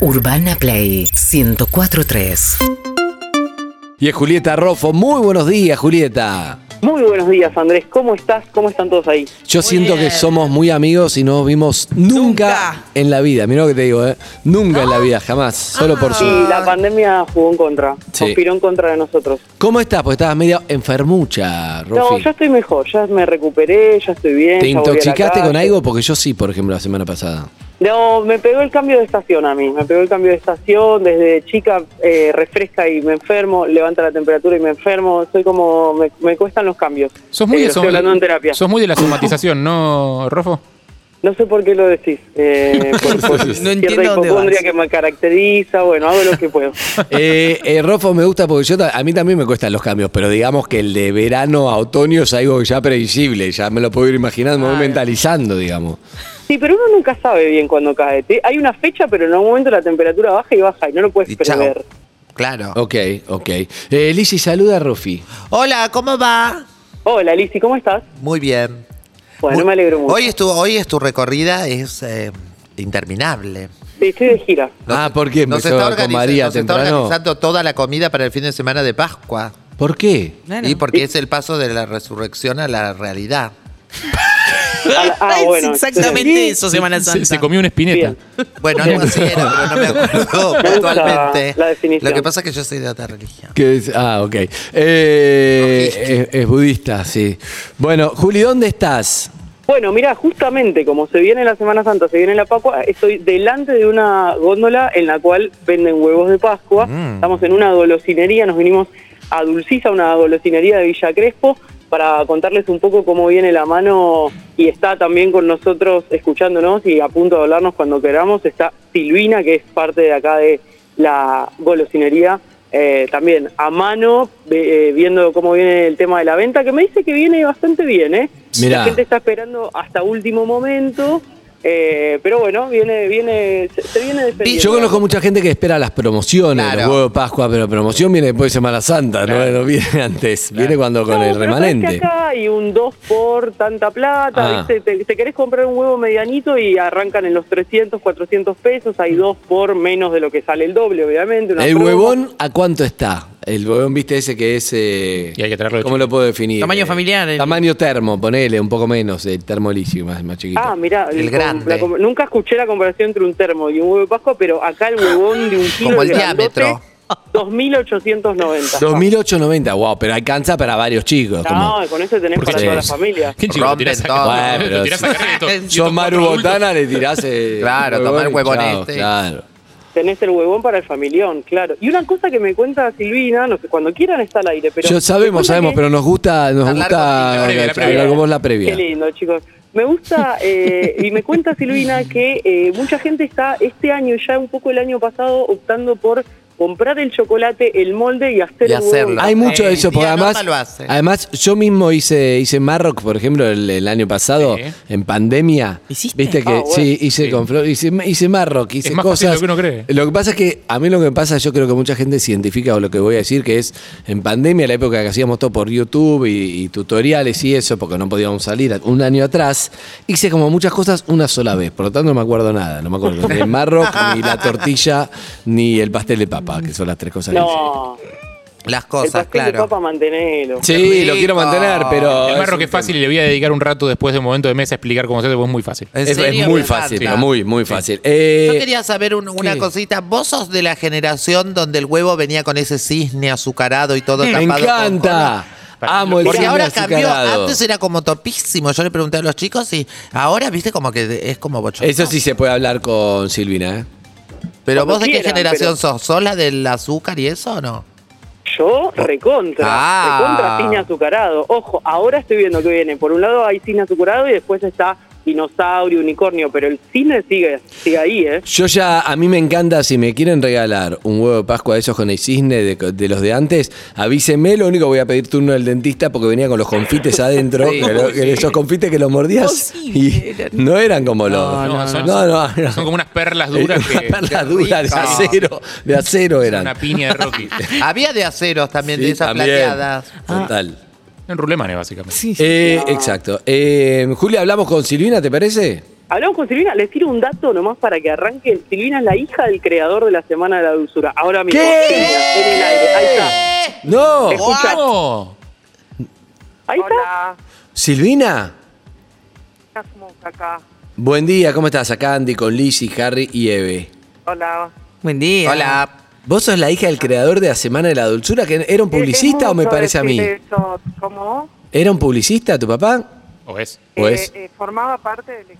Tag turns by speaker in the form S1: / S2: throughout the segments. S1: Urbana Play 1043.
S2: Y es Julieta Rofo. Muy buenos días, Julieta.
S3: Muy buenos días, Andrés. ¿Cómo estás? ¿Cómo están todos ahí?
S2: Yo siento que
S4: bien.
S2: somos muy amigos y no nos vimos nunca,
S4: Nunca. Ah.
S2: en la vida. Mirá lo que te digo, ¿eh? Nunca en la vida, jamás. Solo por
S3: Sí,
S2: su.
S3: la pandemia jugó en contra.
S2: Sí.
S3: Conspiró en contra de nosotros.
S2: ¿Cómo estás? Porque estabas media enfermucha, Rofi.
S3: No, ya estoy mejor. Ya me recuperé, ya estoy bien.
S2: ¿Te
S3: ya volví a la
S2: intoxicaste con
S3: calle.
S2: algo? Porque yo sí, por ejemplo, la semana pasada.
S3: No, me pegó el cambio de estación a mí. Me pegó el cambio de estación. Desde chica eh, refresca y me enfermo. Levanta la temperatura y me enfermo. Soy como... Me, me cuestan los cambios.
S5: Sos muy,
S3: Eh,
S5: de,
S3: lo estoy hablando en terapia.
S5: sos muy de la somatización, ¿no, Rofo?
S3: No sé por qué lo decís. eh, por- por cierta
S4: entiendo dónde
S3: hipocondria
S4: vas.
S3: que me caracteriza. Bueno, hago lo que puedo.
S2: Eh, eh, Rofo, me gusta porque yo ta- a mí también me cuestan los cambios, pero digamos que el de verano a otoño es algo ya previsible, ya me lo puedo ir imaginando, me voy mentalizando, digamos.
S3: Sí, pero uno nunca sabe bien cuándo cae. Te- Hay una fecha, pero en algún momento la temperatura baja y baja y no lo puedes
S4: Y chao.
S3: prever.
S4: Claro.
S2: Ok, ok. Eh, Lizzy, saluda a Rofi.
S4: Hola, ¿cómo va?
S3: Hola, Lizzy, ¿cómo estás?
S4: Muy bien.
S3: Bueno,
S4: Muy-
S3: me alegro mucho.
S4: Hoy es tu, hoy es tu recorrida, es eh, interminable.
S3: Sí, estoy de gira.
S2: Ah, ¿por qué
S4: Nos,
S2: empezó
S4: está,
S2: con
S4: organiza-
S2: María
S4: nos está
S2: temprano?
S4: organizando toda la comida para el fin de semana de Pascua.
S2: ¿Por qué?
S4: Y porque es el paso de la resurrección a la realidad.
S3: Ah, la- ah, bueno.
S6: Exactamente eso, Semana Santa.
S5: Se, se comió una espineta.
S3: Bien.
S4: Bueno, algo así era, pero no me acuerdo
S3: gusta
S4: puntualmente.
S3: la definición.
S4: Lo que pasa es que yo soy de otra religión.
S2: Que es- ah, ok. Eh, es, es budista, sí. Bueno, Juli, ¿dónde estás?
S3: Bueno, mira, justamente como se viene la Semana Santa, se viene la Pascua, estoy delante de una góndola en la cual venden huevos de Pascua. Estamos en una golosinería, nos vinimos a Dulcisa, una golosinería de Villa Crespo, para contarles un poco cómo viene la mano y está también con nosotros escuchándonos y a punto de hablarnos cuando queramos. Está Silvina, que es parte de acá de la golosinería. eh, también a mano, ve- eh, viendo cómo viene el tema de la venta, que me dice que viene bastante bien, ¿eh?
S2: Mirá.
S3: La gente está esperando hasta último momento, eh, pero bueno, viene, viene, se, se viene defendiendo.
S2: Yo conozco mucha gente que espera las promociones,
S4: Claro.
S2: los huevos de Pascua, pero promoción viene después de Semana Santa, ¿no? no viene antes, viene cuando con
S3: No,
S2: el
S3: pero sabés
S2: remanente.
S3: que acá hay un 2 por tanta plata,
S2: Ah.
S3: ¿viste? Te, te querés comprar un huevo medianito y arrancan en los 300, 400 pesos, hay dos por menos de lo que sale el doble, obviamente. una
S2: ¿El
S3: promo.
S2: huevón a cuánto está? El huevón, viste, ese que es... eh,
S5: Y hay que traerlo de
S2: ¿Cómo lo puedo definir?
S6: Tamaño
S2: Eh,
S6: familiar, el-
S2: Tamaño termo, ponele, un poco menos, el termo liso, más, más chiquito.
S3: Ah, mirá,
S4: El
S3: com-
S4: grande.
S3: la com- nunca escuché la comparación entre un termo y un huevo de pascua, pero acá el huevón de un kilo
S4: Como el
S3: de grandote,
S4: diámetro.
S3: 2.890.
S2: 2.890, wow, pero alcanza para varios chicos. como-
S3: No, con eso tenés
S5: Porque
S3: para
S2: sí.
S3: toda la familia.
S5: ¿Qué chico?
S4: Rompen
S5: Tirás a,
S4: todo.
S2: Bueno, pero
S5: lo Ah, tirás a
S2: sí.
S5: cargar y to- y
S2: Yo
S5: estos
S2: Maru
S5: cuatro adultos.
S2: Botana le tirás. eh,
S4: Claro,
S2: huevón
S4: tomar
S2: y
S4: huevón
S2: chao,
S4: este.
S2: Claro.
S3: Tenés el huevón para el familión, claro. Y una cosa que me cuenta Silvina, no sé, cuando quieran está al aire, pero...
S2: Yo sabemos,
S3: me cuenta
S2: sabemos,
S3: que-
S2: pero nos gusta, nos
S4: Hablar
S2: gusta
S4: con- la
S5: previa, la previa.
S2: hablar con vos la previa.
S3: Qué lindo, chicos. Me gusta, eh, y me cuenta Silvina que eh, mucha gente está este año, ya un poco el año pasado, optando por comprar el chocolate, el molde y hacer
S4: Y
S3: el huevo.
S4: hacerlo.
S2: Hay mucho de
S4: Eh,
S2: eso, porque
S4: Diana
S2: además,
S4: Norma lo hace.
S2: además yo mismo hice, hice Marrock, por ejemplo, el, el año pasado,
S5: Sí.
S2: en pandemia.
S6: ¿Hiciste?
S2: Viste que
S3: Ah, bueno.
S2: sí, hice
S5: Sí.
S2: con flor, hice, hice Marrock, hice
S5: Es más fácil
S2: cosas.
S5: de lo que uno cree.
S2: Lo que pasa es que a mí lo que me pasa, yo creo que mucha gente se identifica con lo que voy a decir, que es en pandemia, la época que hacíamos todo por YouTube y, y tutoriales y eso, porque no podíamos salir un año atrás, hice como muchas cosas una sola vez. Por lo tanto, no me acuerdo nada. No me acuerdo ni el Marrock, ni la tortilla, ni el pastel de papa, que son las tres cosas que hice.
S3: No,
S4: Las
S3: el
S4: cosas,
S3: pastel de
S4: claro.
S3: papa mantenelo.
S2: Sí, lo
S4: rico.
S2: quiero mantener, pero.
S5: El marro
S2: es-
S5: que Ah, es fácil y le voy a dedicar un rato después de un momento de mesa a explicar cómo se hace, porque es muy fácil.
S4: ¿En
S2: Es, es
S4: serio?
S2: muy
S4: Me
S2: fácil,
S4: encanta.
S2: pero muy, muy fácil. Eh,
S4: Yo quería saber un- una
S2: ¿qué?
S4: cosita. Vos sos de la generación donde el huevo venía con ese cisne azucarado y todo
S2: me
S4: tapado. con
S2: encanta.
S4: cola.
S2: Amo el
S4: Porque
S2: cine
S4: ahora cambió.
S2: azucarado.
S4: Antes era como topísimo. Yo le pregunté a los chicos y ahora, viste, como que es como bochón.
S2: Eso sí se puede hablar con Silvina, ¿eh?
S4: Pero
S3: Cuando
S4: vos de qué
S3: quieran,
S4: generación
S3: pero-
S4: sos? ¿Sos la del azúcar y eso o no?
S3: Yo recontra,
S4: Ah.
S3: recontra cine azucarado. Ojo, ahora estoy viendo que viene. Por un lado hay cine azucarado y después está dinosaurio, unicornio, pero el cine sigue, sigue ahí, ¿eh?
S2: Yo ya, a mí me encanta, si me quieren regalar un huevo de Pascua de esos con el cisne de, de los de antes, avísenme, lo único voy a pedir turno del dentista porque venía con los confites adentro, que lo- que esos confites que los mordías y no eran como los...
S5: No, son,
S2: no, no.
S5: son como unas perlas duras que.
S2: Una perla dura de
S4: rico.
S2: acero, de acero eran.
S5: Una piña de Rocky.
S4: Había de aceros también, de
S2: Sí,
S4: esas
S2: también.
S4: plateadas.
S2: Total.
S5: en rulemanes, básicamente.
S2: Em, Eh, Exacto. Eh, Julia, hablamos con Silvina, ¿te parece?
S3: Hablamos con Silvina, les tiro un dato nomás para que arranquen. Silvina es la hija del creador de la Semana de la Dulzura. Ahora mismo,
S2: ¿Qué?
S3: Silvina, en el aire. Ahí está.
S2: No.
S3: Escucha.
S5: ¡Wow!
S3: Ahí está.
S6: Hola,
S2: Silvina,
S6: Casmo acá.
S2: buen día, ¿cómo estás? Acá Andy con Lizzie, Harry y Eve.
S6: Hola.
S7: Ah, Buen día.
S4: Hola.
S2: ¿Vos sos la hija del creador de la Semana de la Dulzura? que ¿Era un publicista
S6: Eh, Es
S2: o me
S6: mucho
S2: parece a mí?
S6: decir eso. ¿Cómo?
S2: ¿Era un publicista tu papá?
S5: ¿O es?
S2: ¿O
S6: Eh,
S2: es?
S6: eh, formaba parte del equipo.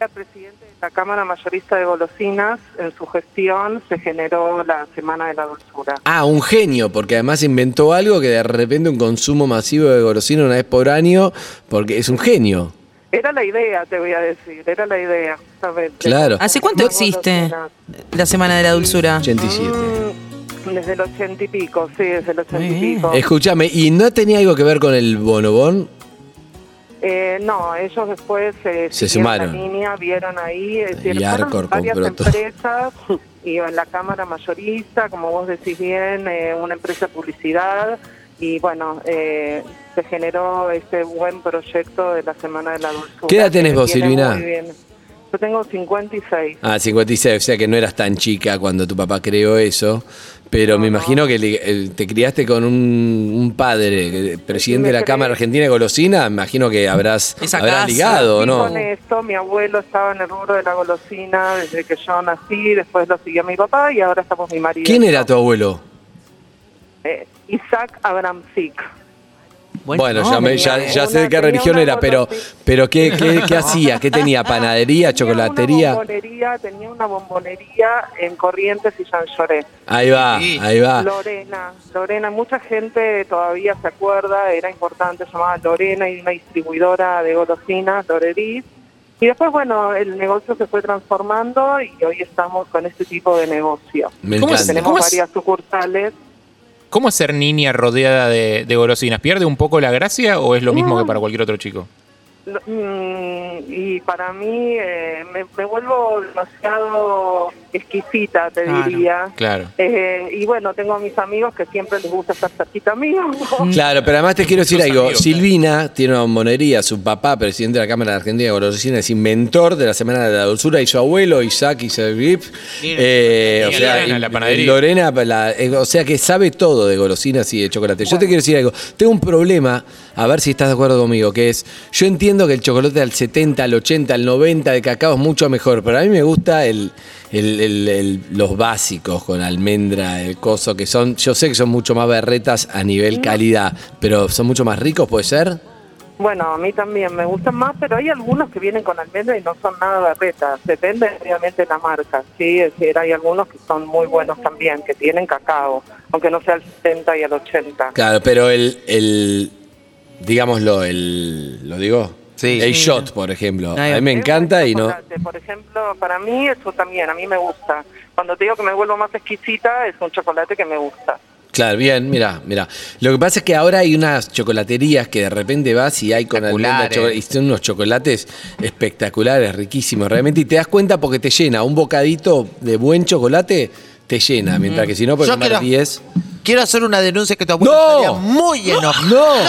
S6: Era presidente de la Cámara Mayorista de Golosinas. En su gestión se generó la Semana de la Dulzura.
S2: Ah, un genio, porque además inventó algo que de repente un consumo masivo de golosina una vez por año, porque es un genio.
S6: Era la idea, te voy a decir. Era la idea, justamente.
S2: Claro.
S7: ¿Hace cuánto
S6: Más
S7: existe
S6: golosinas.
S7: la Semana de la Dulzura?
S2: 87.
S6: Mm, Desde el ochenta y pico, sí, desde el ochenta
S7: Muy
S6: y
S7: bien.
S6: pico.
S2: Escúchame, ¿y no tenía algo que ver con el bonobón?
S6: Eh, no, ellos después eh,
S2: Se
S6: siguieron
S2: sumaron.
S6: La línea, vieron ahí, es decir,
S2: Y
S6: fueron
S2: Arcor
S6: varias
S2: compró todo.
S6: empresas y en la cámara mayorista, como vos decís bien, eh, una empresa de publicidad y bueno, eh, se generó este buen proyecto de la Semana de la Dulzura.
S2: ¿Qué edad tenés
S6: que
S2: vos,
S6: viene
S2: Silvina?
S6: muy bien. Yo tengo 56.
S2: Ah, 56, o sea que no eras tan chica cuando tu papá creó eso, pero me imagino que le- el- te criaste con un, un padre, eh, presidente de la
S6: Me crié-
S2: Cámara Argentina de Golosina, me imagino que habrás,
S7: Esa
S2: habrás
S7: casa.
S2: ligado,
S6: Sí,
S2: ¿no?
S6: Con esto, mi abuelo estaba en el rubro de la golosina desde que yo nací, después lo siguió mi papá y ahora estamos mi marido.
S2: ¿Quién era tu abuelo?
S6: Eh, Isaac Abramsik.
S2: Bueno, ya, me- ya- ya sé de qué
S6: Tenía
S2: religión
S6: una
S2: era, pero,
S6: golosina.
S2: pero ¿qué, qué, qué hacía? ¿Qué tenía? ¿Panadería?
S6: Tenía una
S2: ¿Chocolatería?
S6: bombonería, tenía una bombonería en Corrientes y San Lloré.
S2: Ahí va,
S4: Sí.
S2: ahí
S5: Ah.
S2: va.
S6: Lorena, Lorena, mucha gente todavía se acuerda, era importante, se llamaba Lorena y una distribuidora de golosinas, Loreris. Y después, bueno, el negocio se fue transformando y hoy estamos con este tipo de negocio.
S2: Me
S5: ¿Cómo
S2: encanta.
S6: Tenemos
S5: ¿Cómo es?
S6: varias sucursales.
S5: ¿Cómo es ser niña rodeada de, de golosinas? ¿Pierde un poco la gracia o es lo mismo que para cualquier otro chico?
S6: Lo- mm, Y para mí eh, me, me vuelvo demasiado exquisita, te
S7: Claro.
S6: diría.
S5: Claro.
S6: Eh, y bueno, tengo a mis amigos que siempre les gusta estar cerquita mío.
S2: Claro, pero además te quiero decir
S5: Los
S2: algo.
S5: amigos, claro.
S2: Silvina tiene una bombonería, su papá, presidente de la Cámara de Argentina de Golosina, es inventor de la Semana de la Dulzura, y su abuelo, Isaac Isabip, eh, o
S5: Y
S2: sea,
S5: Lorena, la panadería.
S2: Lorena, la- eh, o sea que sabe todo de golosinas y de chocolate. Yo te quiero decir algo. Tengo un problema, a ver si estás de acuerdo conmigo, que es, yo entiendo que el chocolate al 70, al 80, al 90 de cacao es mucho mejor, pero a mí me gusta el... el- el- el- los básicos con almendra, el coso, que son, yo sé que son mucho más berretas a nivel calidad, pero son mucho más ricos, ¿puede ser?
S6: Bueno, a mí también me gustan más, pero hay algunos que vienen con almendra y no son nada barretas. Depende obviamente de la marca, ¿sí? Es decir, hay algunos que son muy buenos también, que tienen cacao, aunque no sea el 70 y el 80.
S2: Claro, pero el, el digámoslo, el, lo digo,
S4: Sí.
S2: el
S7: Sí.
S2: shot, por ejemplo,
S7: Ahí
S2: a
S7: va.
S2: mí me encanta y no.
S6: Chocolate, Por ejemplo, para mí eso también, a mí me gusta. Cuando te digo que me vuelvo más exquisita, es un chocolate que me gusta.
S2: Claro, bien, mira, mira. Lo que pasa es que ahora hay unas chocolaterías que de repente vas y hay con almendra
S4: Espectaculares.
S2: chocolate, y son unos chocolates espectaculares, riquísimos, realmente y te das cuenta porque te llena un bocadito de buen chocolate te llena, mientras que si no puedes
S4: Yo
S2: comer
S4: quiero-
S2: 10.
S4: Quiero hacer una denuncia que tu abuelo
S2: ¡No!
S4: estaría muy enojado.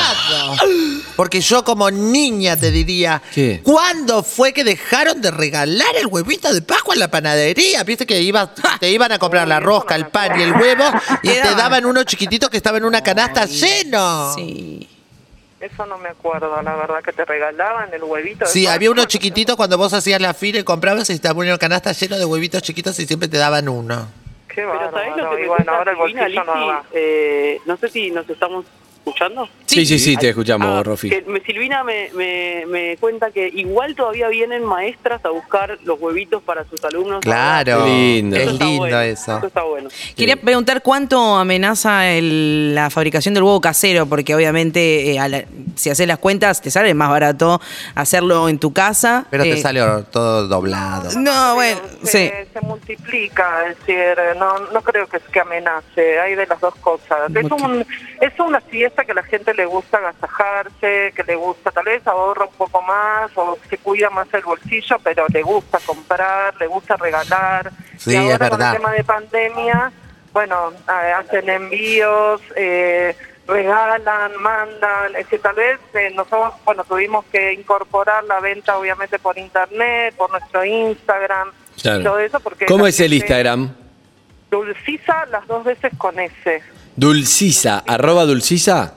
S4: Porque yo como niña te diría,
S2: ¿Qué?
S4: ¿cuándo fue que dejaron de regalar el huevito de Pascua en la panadería? Viste que iba, te iban a comprar la rosca, el pan y el huevo y te daban uno chiquitito que estaba en una canasta lleno. Sí,
S7: Sí.
S6: Eso no me acuerdo, la verdad, que te regalaban el huevito. de Pascua.
S4: había uno chiquitito cuando vos hacías la fila y comprabas y estaba en una canasta lleno de huevitos chiquitos y siempre te daban uno.
S6: Qué
S3: Pero ¿sabés lo
S6: bárbaro,
S3: que
S6: y
S3: me
S6: bueno,
S3: cuenta
S6: ahora el
S3: Silvina,
S6: bolsillo no
S3: Lizzy?
S6: va.
S3: Eh, no sé si nos estamos escuchando.
S2: Sí, sí, sí, te escuchamos,
S3: Ah,
S2: Rofi.
S3: que me- Silvina me, me- me cuenta que igual todavía vienen maestras a buscar los huevitos para sus alumnos.
S4: Claro,
S2: Qué lindo.
S4: es
S3: Eso está
S4: lindo
S3: bueno,
S4: eso.
S3: Eso está bueno.
S7: Quería preguntar cuánto amenaza el- la fabricación del huevo casero, porque obviamente eh, a la- si haces las cuentas te sale más barato hacerlo en tu casa.
S4: Pero te
S7: eh,
S4: salió todo doblado.
S7: No, bueno,
S6: Pero
S7: sí.
S6: se, se multiplica, es decir, no, no creo que, que amenace, hay de las dos cosas. Es, un, es una fiesta que a la gente le gusta agasajarse, que le gusta, tal vez ahorra un poco más o se cuida más el bolsillo, pero le gusta comprar, le gusta regalar.
S4: Sí,
S6: y ahora
S4: es
S6: con
S4: verdad.
S6: el tema de pandemia, bueno, eh, hacen envíos, eh, regalan, mandan, es que tal vez eh, nosotros, bueno, tuvimos que incorporar la venta obviamente por internet, por nuestro Instagram,
S2: Claro.
S6: todo eso porque...
S2: ¿Cómo
S6: la
S2: es el
S6: gente-
S2: Instagram?
S6: Dulcisa las dos veces con S.
S2: Dulcisa, arroba dulcisa.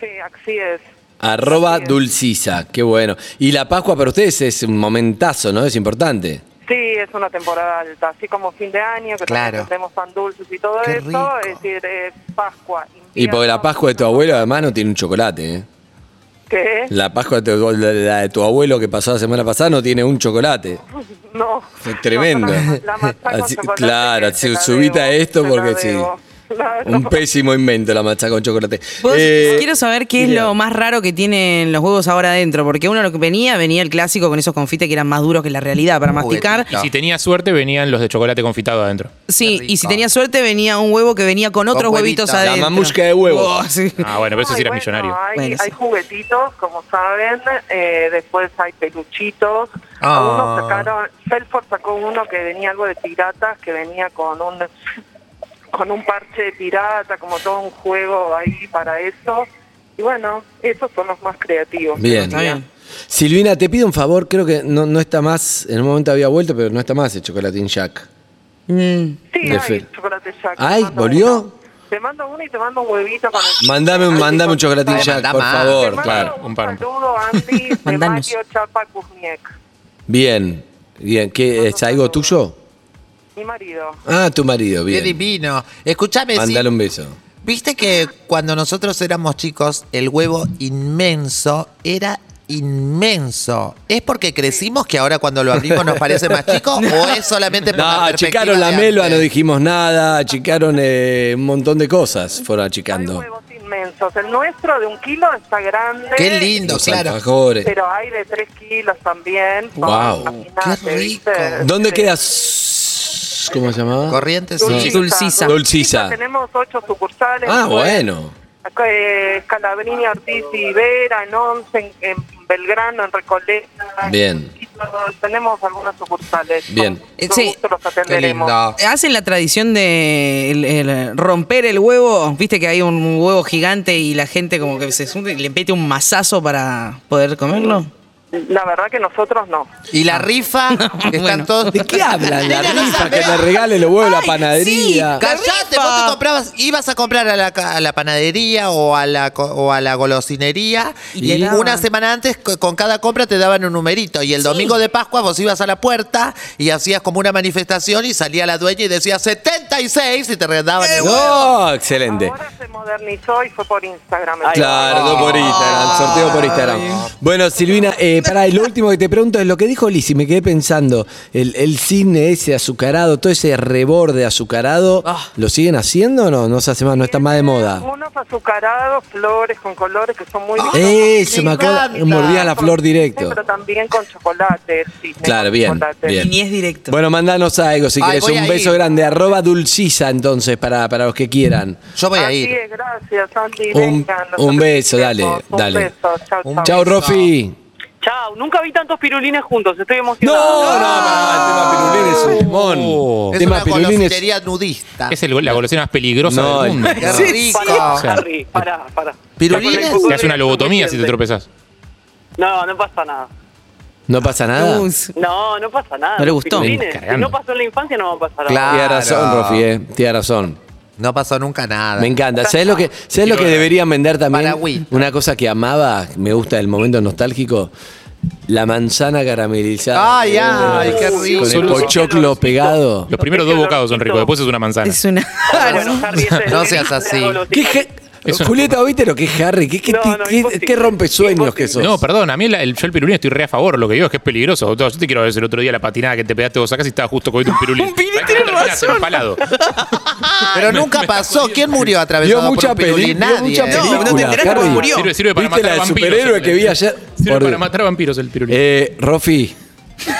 S6: Sí, así es.
S2: Arroba
S6: Así es.
S2: dulcisa, qué bueno. Y la Pascua para ustedes es un momentazo, ¿no? Es importante.
S6: Sí, es una temporada alta, así como fin de año, que
S4: Claro.
S6: también tenemos pan dulces y todo
S4: Qué
S6: eso,
S4: rico.
S6: es decir, eh, Pascua.
S2: Y porque la
S6: invierno,
S2: Pascua de tu abuelo además no tiene un chocolate, ¿eh?
S6: ¿Qué?
S2: La Pascua de tu, la- la de tu abuelo que pasó la semana pasada no tiene un chocolate.
S6: No.
S2: Es tremendo.
S6: No, la- la machaca con
S2: Así-
S6: chocolate
S2: claro,
S6: que se
S2: así-
S6: la
S2: subite a
S6: debo,
S2: esto
S6: se
S2: porque
S6: la
S2: sí.
S6: debo. Claro.
S2: Un pésimo invento la machaca con chocolate.
S7: Vos,
S2: Eh,
S7: quiero saber qué es lo más raro que tienen los huevos ahora adentro, porque uno lo que venía, venía el clásico con esos confites que eran más duros que la realidad para masticar.
S5: Y si tenía suerte, venían los de chocolate confitado adentro.
S7: Sí,
S4: Qué
S7: y si
S4: rico.
S7: tenía suerte venía un huevo que venía con otros
S4: huevitos.
S7: huevitos
S4: La
S7: adentro.
S2: mamushka de huevo.
S7: Oh, sí.
S5: Ah, bueno, pero eso sí
S6: Ay,
S5: era
S6: bueno,
S5: millonario.
S6: Hay,
S7: Bueno, sí.
S6: hay juguetitos, como saben, eh, después hay peluchitos.
S4: Ah.
S6: Algunos sacaron, Selford sacó uno que venía algo de piratas, que venía con un con un parche de pirata, como todo un juego ahí para eso. Y bueno, esos son los más creativos.
S2: Bien.
S7: Está bien.
S2: Silvina, te pido un favor, creo que no, no está más, en un momento había vuelto, pero no está más el chocolatín Jack.
S7: Mm.
S6: Sí,
S2: De
S6: hay
S2: Fer.
S6: chocolate Jack.
S2: Ay,
S6: Te mando
S2: ¿volvió?
S6: uno. Te mando uno y te mando un huevito con el-
S2: Mandame un,
S6: Ay,
S2: mandame un chocolatín
S4: Ay,
S2: Jack,
S4: mandá
S2: por
S4: más.
S6: Te
S2: favor.
S6: mando
S5: claro,
S6: un
S5: un par.
S6: saludo, Andy, de
S7: Mandanos.
S6: Mario Chapa Kuzniek,
S2: Bien, bien. ¿Qué, ¿Es algo tuyo?
S6: mi marido.
S2: Ah, tu marido,
S4: Qué
S2: bien.
S4: divino. Escúchame, sí,
S2: Mandale un beso.
S4: viste que cuando nosotros éramos chicos, el huevo inmenso era inmenso. ¿Es porque crecimos que ahora cuando lo abrimos nos parece más chico o es solamente por
S2: No, Ah,
S4: la perspectiva
S2: achicaron la
S4: de
S2: melva, no
S4: antes?
S2: dijimos nada, achicaron eh, un montón de cosas, fueron
S6: Hay
S2: achicando.
S6: huevos inmensos. El nuestro de un kilo está grande.
S4: Qué lindo,
S2: Los
S4: claro.
S2: alfajores.
S6: Pero hay de tres kilos también. Son,
S2: Guau.
S6: imagínate,
S4: Qué rico.
S6: ¿viste?
S2: ¿Dónde
S6: Sí.
S2: quedas? ¿Cómo se llamaba?
S4: Corrientes,
S6: Dulcisa.
S4: sí.
S7: Dulcisa.
S2: Dulcisa.
S6: Tenemos ocho sucursales.
S2: Ah,
S6: Bueno,
S2: bueno.
S6: acá, eh, Calabrini, Ortiz y Vera, en Once, en, en Belgrano, en Recoleta.
S2: Bien.
S6: Y todos- Tenemos algunas sucursales.
S2: Bien.
S6: Con mucho
S7: Sí.
S6: gusto los
S4: Qué
S6: atenderemos.
S4: lindo.
S7: Hacen la tradición de el- el romper el huevo, viste que hay un huevo gigante y la gente como que se junta y le mete un mazazo para poder comerlo.
S6: La verdad que nosotros no.
S4: Y la rifa, que están
S7: Bueno.
S4: todos.
S2: ¿De qué hablan? La
S4: Mira, no
S2: rifa, que
S4: sabés.
S2: me regale los huevos de la
S7: Ay,
S2: panadería.
S7: sí,
S4: Callate,
S7: rifa.
S4: vos te comprabas, ibas a comprar a la, ca- a la panadería o a la, co- o a la golosinería
S7: Y
S4: y,
S7: te daban.
S4: una semana antes co- con cada compra te daban un numerito y el domingo de Pascua vos ibas a la puerta y hacías como una manifestación y salía la dueña y decía 76 y te regalaban el
S2: No, excelente.
S6: Ahora se modernizó y fue por Instagram.
S2: Claro, todo por Instagram, sorteo por Instagram. Bueno, Silvina, eh, pará, y lo último que te pregunto es lo que dijo Liz y me quedé pensando, el, el cine ese azucarado, todo ese reborde azucarado, ¿lo siguen haciendo o no? No se hace más, no está más de moda.
S6: Unos azucarados, flores con colores que son muy
S2: Ah.
S6: Ah,
S2: Eso, me acuerdo,
S4: encanta.
S2: mordía la flor directo.
S6: Pero también con chocolate. sí,
S2: Claro,
S6: con
S2: bien,
S6: chocolate.
S2: bien.
S7: Y ni es directo.
S2: Bueno, mandanos algo si
S4: Ay,
S2: querés,
S4: voy
S2: un
S4: a
S2: beso
S4: ir.
S2: grande, arroba dulcisa entonces para, para los que quieran.
S4: Yo voy a
S6: Así
S4: ir.
S6: es, gracias, Andy.
S2: Un-
S6: vengan,
S2: un
S6: nosotros
S2: beso, dale,
S6: queremos. un
S2: dale.
S6: Beso, chau,
S4: Un
S6: chau.
S2: Chao, Rofi.
S3: Chao, nunca vi tantos pirulines juntos, estoy
S2: No,
S3: emocionado.
S2: no, no, el tema pirulín es un limón.
S5: Oh.
S4: Es
S2: Tema
S4: una
S2: pirulín es-
S4: golosinería nudista.
S5: Es el- la golosina más peligrosa
S2: No,
S5: del
S2: el-
S5: mundo.
S4: Qué
S3: Sí,
S4: rico.
S3: Pará,
S5: Sí.
S3: Harry, pará, pará.
S4: Pirulines.
S5: Te hace una lobotomía si te tropezás.
S3: No, no pasa nada.
S2: No pasa nada.
S7: Uh,
S3: No, no pasa nada.
S7: No le gustó.
S3: Pirulines.
S5: Cargando.
S3: Si no pasó en la infancia, no va a pasar ahora.
S4: Claro.
S2: Tienes razón, Rofi, eh. Tienes razón.
S4: No pasó nunca nada.
S2: Me encanta. ¿Sabes lo que, ¿sabes lo que deberían vender también?
S4: Paraguita.
S2: Una cosa que amaba, me gusta el momento nostálgico. La manzana caramelizada.
S4: Ay, ay, qué rico.
S2: Con el
S5: Solo-
S2: pochoclo pegado.
S5: Los primeros dos bocados son ricos, después es una manzana.
S7: es una...
S3: Bueno, Harry, ese es
S4: No
S3: el
S4: seas
S3: de la
S4: así.
S3: golosina.
S2: ¿Qué ja-
S5: Eso-
S2: Julieta, ¿oíste lo que es Harry? ¿Qué, qué,
S3: No, no,
S2: qué-
S3: imposible.
S2: qué rompesueños que sos?
S5: No, perdón, a mí la- el, yo el pirulín estoy re a favor, lo que digo es que es peligroso. Yo te quiero ver el otro día la patinada que te pegaste vos acá si estaba justo comiendo un pirulín.
S7: Un pirulín,
S5: Ahí
S7: tenés
S5: terminás
S7: razón.
S5: empalado.
S4: Pero nunca pasó. ¿Quién murió atravesado
S2: Vio mucha
S4: por un pirulín?
S2: peli- vio
S4: Nadie.
S2: mucha
S7: No,
S2: película,
S7: no te enterás cómo
S2: Harry.
S7: murió.
S5: Sirve, sirve para
S2: ¿Viste
S5: matar
S2: la del
S5: vampiros,
S2: superhéroe
S5: el-
S2: que vi ayer?
S5: Sirve
S2: Por
S5: para
S2: Dios.
S5: matar vampiros el pirulín.
S2: Eh, Rofi,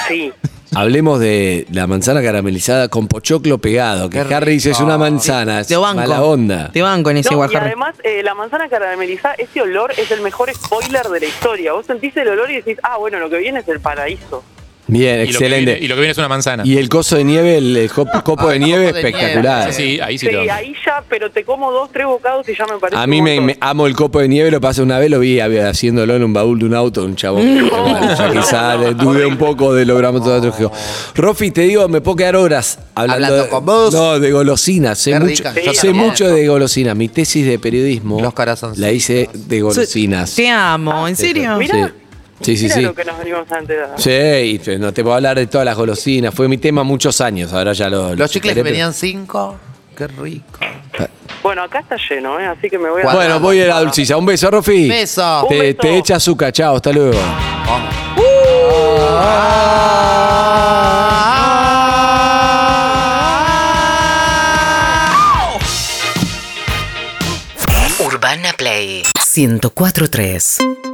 S3: Sí.
S2: hablemos de la manzana caramelizada con pochoclo pegado. Que
S4: Qué
S2: Harry dice es una manzana, es
S7: Te banco.
S2: mala onda.
S7: Te banco en ese
S3: No,
S7: igual,
S3: y
S7: Harry.
S3: además, eh, la manzana caramelizada, ese olor es el mejor spoiler de la historia. Vos sentís el olor y decís, ah, bueno, lo que viene es el paraíso.
S2: Bien,
S5: Y lo que
S2: excelente.
S5: viene- y lo que viene es una manzana.
S2: Y el coso de nieve, el, el hop- copo de nieve,
S4: copo de
S2: espectacular.
S4: nieve,
S5: Sí, ahí sí,
S3: Sí,
S5: te va.
S3: ahí ya, pero te como dos, tres bocados y ya me parece.
S2: A mí
S3: un
S2: me,
S3: montón.
S2: me- amo el copo de nieve, lo pasé una vez, lo vi había- haciéndolo en un baúl de un auto, un chabón. Quizás dudé un poco de logramos todo otro juego. Rofi, te digo, me puedo quedar horas hablando,
S4: Hablando con vos.
S2: No, de golosinas. Sé
S4: Qué
S2: mucho,
S4: rica.
S2: yo
S3: Sí,
S2: sé
S3: también.
S2: mucho de golosinas. Mi tesis de periodismo
S4: Los corazoncitos.
S2: la hice de golosinas.
S7: Te amo, ¿en serio?
S3: Mirá.
S2: Sí, sí,
S3: Mirá
S2: sí.
S3: lo que nos venimos antes. a-
S2: Sí, y te- no te puedo hablar de todas las golosinas. Fue mi tema muchos años. Ahora ya lo, lo
S4: Los chicles que
S2: superé, pero-
S4: venían cinco. Qué rico.
S3: Bueno, acá está lleno, ¿eh? así que me voy a.
S2: Bueno, voy a la dulcisa. Un beso, Rofi.
S4: Beso.
S2: Te,
S3: Un beso.
S2: te echa azúcar. Chao, hasta luego.
S1: Urbana Play 104.3